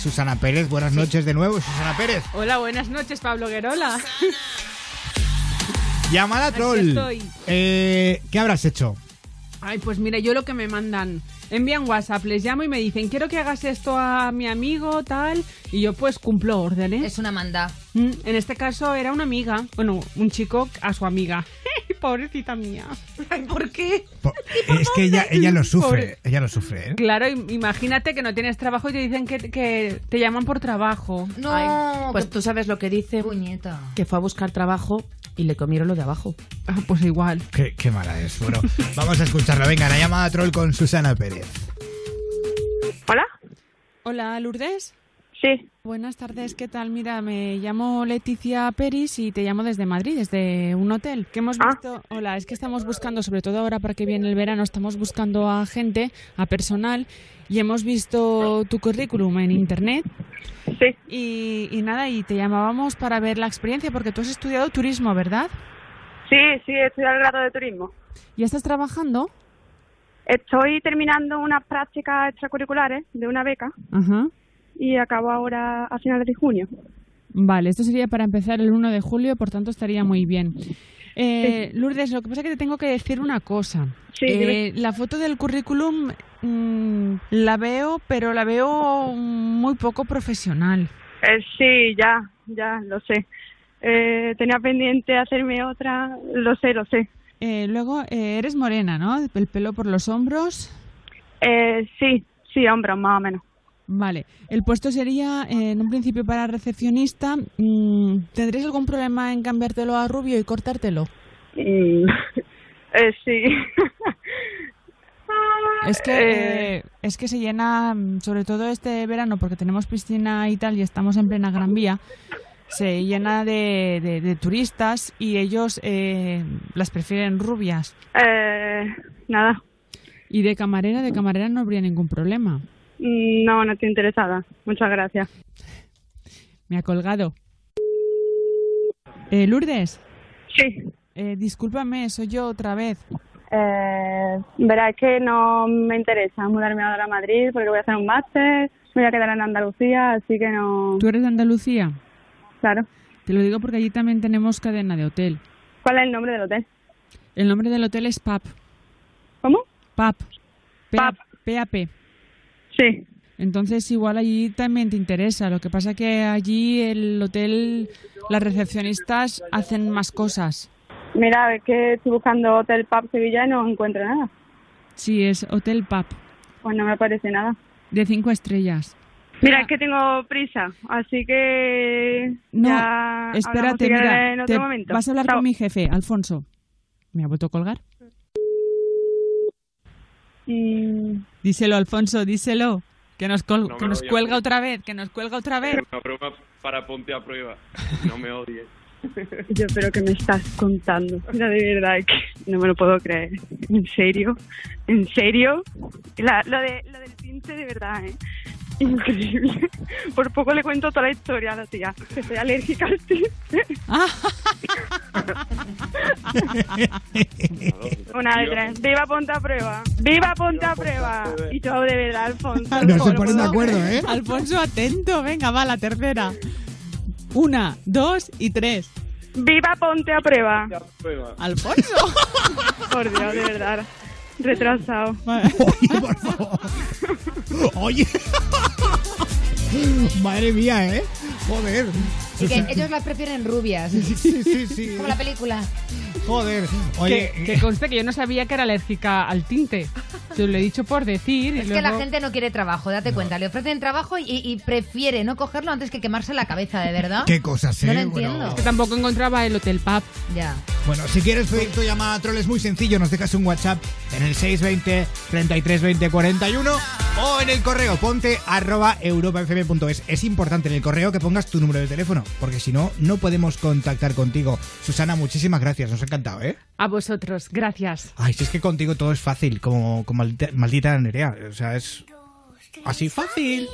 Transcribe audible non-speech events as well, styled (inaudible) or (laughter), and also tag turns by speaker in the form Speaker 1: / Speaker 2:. Speaker 1: Susana Pérez. Buenas noches de nuevo, Susana Pérez.
Speaker 2: Hola, buenas noches, Pablo Guerola.
Speaker 1: Llamada
Speaker 2: Aquí
Speaker 1: troll.
Speaker 2: estoy.
Speaker 1: Eh, ¿Qué habrás hecho?
Speaker 2: Ay, pues mira, yo lo que me mandan. Envían WhatsApp, les llamo y me dicen, quiero que hagas esto a mi amigo, tal. Y yo pues cumplo órdenes.
Speaker 3: Es una manda.
Speaker 2: Mm, En este caso era una amiga, bueno, un chico a su amiga. (laughs) Pobrecita mía.
Speaker 3: ¿Por qué? (laughs)
Speaker 1: Po- es que ella, ella lo sufre.
Speaker 2: Pobre.
Speaker 1: Ella lo sufre, ¿eh?
Speaker 2: Claro, im- imagínate que no tienes trabajo y te dicen que, que te llaman por trabajo.
Speaker 3: No,
Speaker 4: Ay, pues
Speaker 3: qué
Speaker 4: tú sabes lo que dice,
Speaker 3: puñeta.
Speaker 4: que fue a buscar trabajo y le comieron lo de abajo.
Speaker 2: Ah, pues igual.
Speaker 1: Qué, qué mala es. Bueno, vamos a escucharla. Venga, la llamada troll con Susana Pérez. (laughs)
Speaker 5: ¿Hola?
Speaker 2: Hola, Lourdes.
Speaker 5: Sí,
Speaker 2: Buenas tardes, ¿qué tal? Mira, me llamo Leticia Peris y te llamo desde Madrid, desde un hotel. Que hemos
Speaker 5: Ah.
Speaker 2: visto, hola, es que estamos buscando, sobre todo ahora para que viene el verano, estamos buscando a gente, a personal, y hemos visto tu currículum en internet.
Speaker 5: sí,
Speaker 2: Y, y nada, y te llamábamos para ver la experiencia, porque tú has estudiado turismo, ¿verdad?
Speaker 5: sí, sí, estoy al grado de turismo.
Speaker 2: ¿Y estás trabajando?
Speaker 5: Estoy terminando unas prácticas extracurriculares de una beca
Speaker 2: Ajá.
Speaker 5: y acabo ahora a finales de junio.
Speaker 2: Vale, esto sería para empezar el 1 de julio, por tanto estaría muy bien. Eh, Lourdes, lo que pasa es que te tengo que decir una cosa.
Speaker 5: Sí,
Speaker 2: Eh,
Speaker 5: dime.
Speaker 2: la foto del currículum mm, la veo, pero la veo mm, muy poco profesional.
Speaker 5: Eh, sí, ya, ya, lo sé. Eh, tenía pendiente hacerme otra, lo sé, lo sé.
Speaker 2: Eh, luego, eh, eres morena, ¿no? El pelo por los hombros.
Speaker 5: Eh, sí, sí, hombre, más o menos.
Speaker 2: Vale, el puesto sería eh, en un principio para recepcionista. Mm, ¿Tendrías algún problema en cambiártelo a rubio y cortártelo?
Speaker 5: Mm, (laughs) eh, sí. (laughs)
Speaker 2: Es que, eh, es que se llena, mm, sobre todo este verano, porque tenemos piscina y tal, y estamos en plena Gran Vía, se llena de, de- de turistas y ellos eh, las prefieren rubias.
Speaker 5: Eh, nada,
Speaker 2: Y de camarera, de camarera no habría ningún problema.
Speaker 5: Mm, no, no estoy interesada. Muchas gracias.
Speaker 2: Me ha colgado. Eh, Lourdes,
Speaker 5: Sí,
Speaker 2: eh, discúlpame, soy yo otra vez.
Speaker 5: Eh, verá, es que no me interesa mudarme ahora a Madrid porque voy a hacer un máster, me voy a quedar en Andalucía, así que no.
Speaker 2: ¿Tú eres de Andalucía?
Speaker 5: Claro.
Speaker 2: Te lo digo porque allí también tenemos cadena de hotel.
Speaker 5: ¿Cuál es el nombre del hotel?
Speaker 2: El nombre del hotel es PAP.
Speaker 5: ¿Cómo?
Speaker 2: PAP.
Speaker 5: PAP.
Speaker 2: PAP.
Speaker 5: Sí.
Speaker 2: Entonces igual allí también te interesa. Lo que pasa que allí el hotel, las recepcionistas hacen más cosas.
Speaker 5: Mira, es que estoy buscando Hotel Pub Sevilla y no encuentro nada.
Speaker 2: Sí, es Hotel Pub,
Speaker 5: Pues no me aparece nada.
Speaker 2: de cinco estrellas.
Speaker 5: Mira, es que tengo prisa, así que.
Speaker 2: No,
Speaker 5: ya hablamos, si
Speaker 2: Espérate,
Speaker 5: quieres,
Speaker 2: mira,
Speaker 5: en otro
Speaker 2: te-
Speaker 5: momento.
Speaker 2: vas a hablar
Speaker 5: Chao.
Speaker 2: con mi jefe, Alfonso. Me ha vuelto a colgar.
Speaker 5: Mm,
Speaker 2: Díselo, Alfonso, díselo. Que nos, col-
Speaker 6: No
Speaker 2: que
Speaker 6: me
Speaker 2: nos
Speaker 6: voy a
Speaker 2: cuelga
Speaker 6: ir.
Speaker 2: otra vez, que nos cuelga otra vez.
Speaker 6: Una broma para ponte a prueba. No me odies.
Speaker 5: (laughs) yo creo que me estás contando. Mira, de verdad, es que no me lo puedo creer. ¿En serio? ¿En serio? La- lo, de, lo del tinte, de verdad, ¿eh? Increíble. (laughs) Por poco le cuento toda la historia a la tía. Que soy alérgica al tinte. Una de tres. ¡Viva Ponte a Prueba! ¡Viva Ponte a Prueba! Y yo, de verdad, Alfonso.
Speaker 1: No
Speaker 5: no
Speaker 1: se
Speaker 5: lo
Speaker 1: ponen de
Speaker 5: puedo
Speaker 1: acuerdo,
Speaker 5: creer.
Speaker 1: ¿eh?
Speaker 2: Alfonso, atento, venga, va, la tercera. Una, dos y tres.
Speaker 5: ¡Viva Ponte a Prueba!
Speaker 2: Alfonso.
Speaker 1: (laughs)
Speaker 5: Por Dios, de verdad. Retrasado.
Speaker 1: Oye, por favor. Oye. (laughs) Madre mía, ¿eh? Joder.
Speaker 3: Y que ellos las prefieren rubias.
Speaker 1: Sí, sí, sí.
Speaker 3: Como la película.
Speaker 1: Joder. Oye. eh,
Speaker 2: que, que conste que yo no sabía que era alérgica al tinte. Te lo he dicho por decir. y
Speaker 3: Es que
Speaker 2: luego-
Speaker 3: la gente no quiere trabajo, date cuenta. Le ofrecen trabajo y, y prefiere no cogerlo antes que quemarse la cabeza, de verdad.
Speaker 1: Qué cosas, ¿eh?
Speaker 3: No lo
Speaker 1: Bueno.
Speaker 3: entiendo.
Speaker 2: que Tampoco encontraba el Hotel Pub.
Speaker 3: Ya.
Speaker 1: Bueno, si quieres pedir tu llamada a troll es muy sencillo, nos dejas un WhatsApp en el 620 33 20 41 o en el correo ponte arroba europafm.es. Es importante en el correo que pongas tu número de teléfono, porque si no, no podemos contactar contigo. Susana, muchísimas gracias, nos ha encantado, ¿eh?
Speaker 2: A vosotros, gracias.
Speaker 1: Ay, si es que contigo todo es fácil, como, como maldita, maldita Nerea, o sea, es así fácil.